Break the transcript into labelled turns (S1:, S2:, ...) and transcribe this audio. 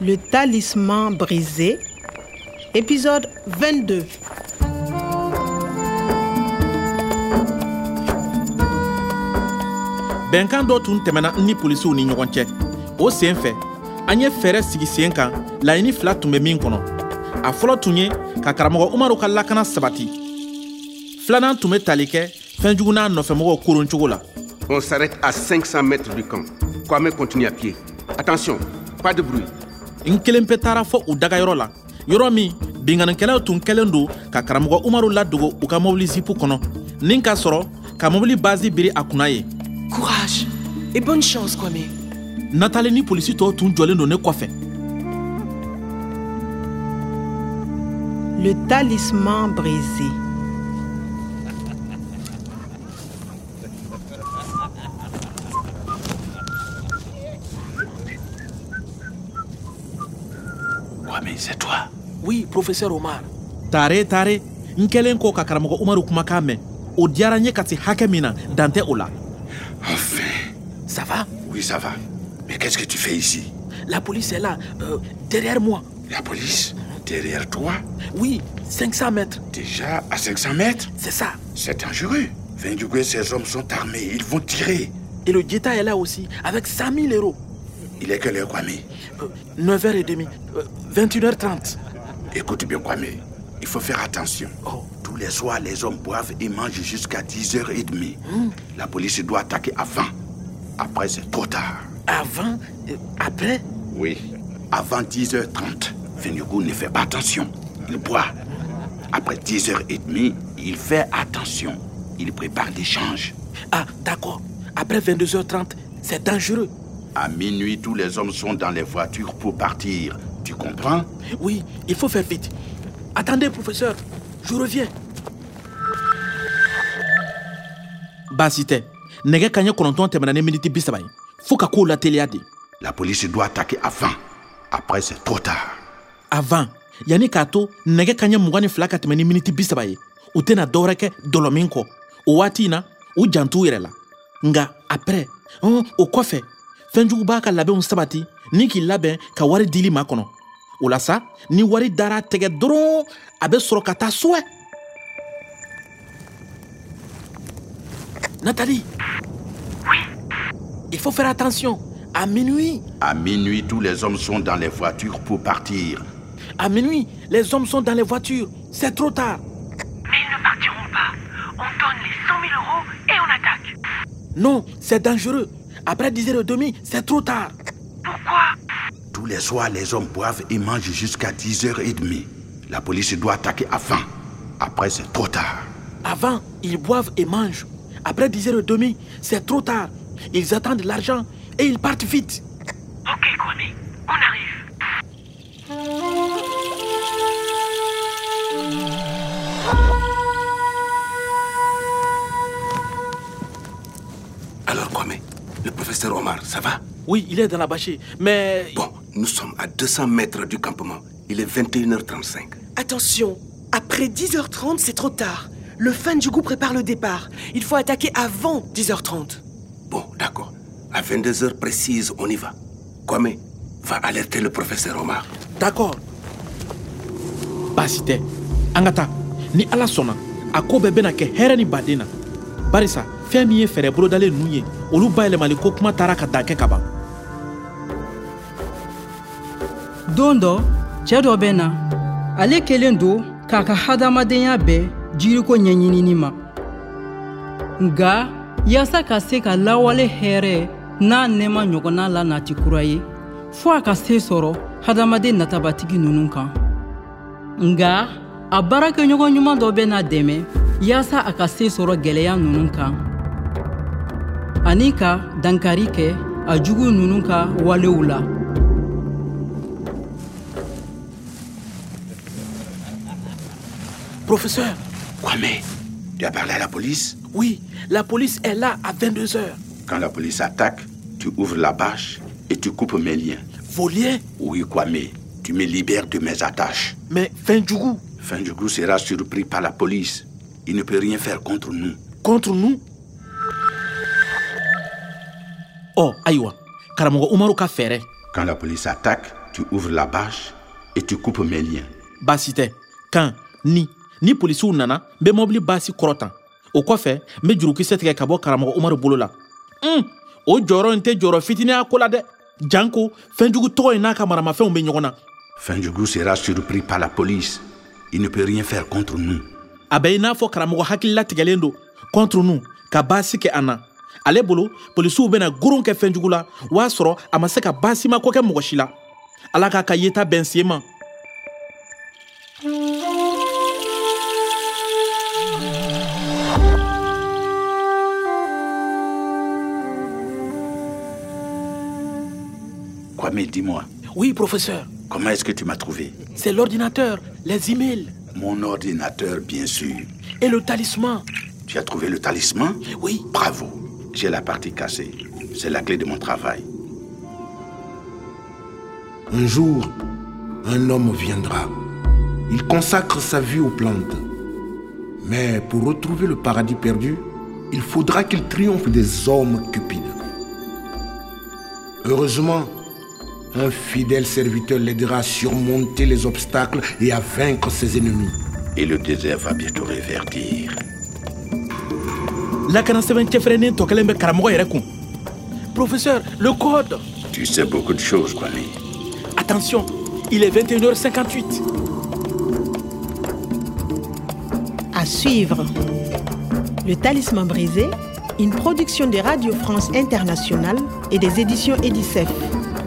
S1: Le talisman brisé, épisode 22.
S2: bɛnkan dɔ tun tɛmɛna n ni polisiw ni ɲɔgɔn cɛ o sen fɛ an ye fɛɛrɛ sigi sen kan laɲini fila tun bɛ min kɔnɔ a fɔlɔ tun ye ka karamɔgɔ umaru ka lakana sabati filanan tun bɛ tali kɛ fɛnjugu n'a nɔfɛmɔgɔw koroncogo la
S3: On s'arrête à 500 mètres du camp. Kwame continue à pied. Attention, pas de bruit.
S2: n kelen pe taara fɔ u dagayɔrɔ la yɔrɔ min binganikɛlaw tun kɛlen don ka karamɔgɔ umaru ladogo u ka mobili zipu kɔnɔ ni ka sɔrɔ ka mobili bazi biri a kunna ye
S4: Courage et bonne chance, Kwame.
S2: natalen ni polisi tɔw tun jɔlen don ne kɔfɛ
S1: Le talisman brisé.
S5: Kwame, c'est toi.
S4: Oui, professeur Omar.
S2: tare tare n kɛlen kɔ ka karamɔgɔ umaru kumakan mɛn o diyara n ye ka se hakɛ min na dan tɛ o la
S5: Enfin.
S4: Ça va
S5: Oui, ça va. Mais qu'est-ce que tu fais ici
S4: La police est là, euh, derrière moi.
S5: La police Derrière toi
S4: Oui, 500 mètres,
S5: Déjà à 500 mètres
S4: c'est ça.
S5: C'est dangereux. Vendugo et ses hommes sont armés. Ils vont tirer.
S4: Et le guetta est là aussi, avec 100 000 euros.
S5: Il est quelle heure, Kwame
S4: 9h30, 21h30.
S5: Écoute bien, Kwame. Il faut faire attention.
S4: Oh.
S5: Tous les soirs, les hommes boivent et mangent jusqu'à 10h30.
S4: Hmm.
S5: La police doit attaquer avant. Après, c'est trop tard.
S4: Avant, euh, après
S5: Oui. Avant 10h30, Fenugu ne fait pas attention. Il boit. Après 10h30, il fait attention. Il prépare des changes.
S4: Ah, d'accord. Après 22h30, c'est dangereux.
S5: À minuit, tous les hommes sont dans les voitures pour partir. Tu comprends
S4: Oui, il faut faire vite. Attendez, professeur, je reviens.
S2: baasi tɛ nɛgɛ kaɲɛ kɔnɔntɔn tɛmɛna ni miniti bisaba ye fɔɔ ka koow lateliya de
S5: La police doit attaquer avant. Après, c'est trop tard.
S2: avan yani k'a to nɛgɛ kaɲɛ mugan ni fila ka tɛmɛ ni miniti bisaba ye u tɛna dɔwɛrɛ kɛ dɔlɔmin kɔ o waati in na u jant'u yɛrɛ la nga aprɛ ɔn, o kɔfɛ fɛnjugu b'a ka labɛnw sabati ni k'i labɛn ka wari dili ma kɔnɔ o la sa ni wari dara a tɛgɛ dɔrɔn a bɛ sɔrɔ ka taa sowɛ
S4: Nathalie Il faut faire attention. À minuit,
S5: À minuit, tous les hommes sont dans les voitures pour partir.
S4: à minuit, les hommes sont dans les voitures. C'est trop tard.
S6: Mais ils ne partiront pas. On donne les 100 000 euros et on attaque.
S4: Non, c'est dangereux. Après 10h30, c'est trop tard.
S6: Pourquoi
S5: Tous les soirs, les hommes boivent et mangent jusqu'à 10h30. La police doit attaquer avant. Après, c'est trop tard.
S4: Avant, ils boivent et mangent. Après 10h30, c'est trop tard. Ils attendent l'argent et ils partent vite.
S6: Ok, Kwame, on arrive.
S7: Alors Kwame, le professeur Omar, ça va
S4: Oui, il est dans la bâchée, mais...
S7: Bon, nous sommes à 200 mètres du campement. Il est 21h35.
S8: Attention, après 10h30, c'est trop tard. Le fan du goût prépare le départ. Il faut attaquer avant 10h30.
S7: Bon, d'accord. À 22h précise, on y va. Kwame, va alerter le professeur Omar.
S4: D'accord. Bah,
S2: baasi tɛ an ka taa ni ala sɔnna a koo bɛɛ bena kɛ hɛrɛ ni baden na barisa fɛɛn min ye fɛɛrɛ bolodalen nunu ye olu bayɛlɛmali ko kuma taara ka dan kɛ ka ban
S9: don dɔ cɛɛ dɔ bɛ na ale kelen don k'a ka hadamadenya bɛɛ jiriko ɲɛɲinini ma nga yaasa ka se ka lawale hɛɛrɛ n'a nɛɛma ɲɔgɔnna la nati kura ye fɔɔ a ka se sɔrɔ hadamaden natabatigi nunu kan nga a baarakɛɲɔgɔn ɲuman dɔ bɛ na dɛmɛ yaasa a ka se sɔrɔ gwɛlɛya nunu kan ani ka dankari kɛ a jugu nunu ka walew la
S4: Professeur,
S5: Kwame, tu as parlé à la police
S4: oui, la police est là à 22h.
S5: Quand la police attaque, tu ouvres la bâche et tu coupes mes liens.
S4: Vos liens
S5: Oui, Kwame, tu me libères de mes attaches.
S4: Mais Fendjougou,
S5: Fendjougou sera surpris par la police. Il ne peut rien faire contre nous.
S4: contre nous
S2: ɔ ayiwa karamɔgɔ Oh, umaru ka fɛɛrɛ
S5: Quand la police attaque, tu ouvres la bâche et tu coupes mes liens.
S2: baasi tɛ kan ni ni polisiw nana n bɛ mɔbili baasi kɔrɔtan o kɔfɛ n bɛ jurukisɛ tigɛ ka bɔ karamɔgɔ umaru bolo la Hmm, un o jɔyɔrɔ in tɛ jɔyɔrɔ fitininya ko la dɛ janko fɛnjugu tɔgɔ in n'a ka maramafɛnw bɛ ɲɔgɔn na
S5: Fenjougou sera surpris par la police. Il ne peut rien faire contre nous.
S2: a bɛ i n'a fɔ karamɔgɔ hakililatigɛlen don contre nous ka baasi kɛ an na ale bolo polisiw bɛna goron kɛ fɛnjugu la o y'a sɔrɔ a ma se ka baasi ma ko kɛ mɔgɔ si la ala k'a ka yeta bɛn sen ma
S5: Kwame, dis-moi,
S4: Oui, professeur.
S5: comment est-ce que tu m'as trouvé
S4: C'est l'ordinateur, les emails
S5: Mon ordinateur, bien sûr.
S4: et le talisman. Eh
S5: Tu as trouvé le talisman
S4: Oui.
S5: Bravo. J'ai la partie cassée. C'est la clé de mon travail.
S7: Un jour, un homme viendra. Il consacre sa vie aux plantes. Mais pour retrouver le paradis perdu, il faudra qu'il triomphe des hommes cupides. Heureusement, un fidèle serviteur l'aidera à surmonter les obstacles et à vaincre ses ennemis.
S5: Et le désert va bientôt révertir.
S2: lakana sɛbɛn cɛfɛrɛnnen tɔ kelen bɛ karamɔgɔ yɛrɛ kun
S4: Professeur, le code.
S5: Tu sais beaucoup de choses, Kwame.
S4: Attention, il est 21h58.
S1: À suivre. Le Talisman brisé, une production de Radio France Internationale et des éditions Edicef.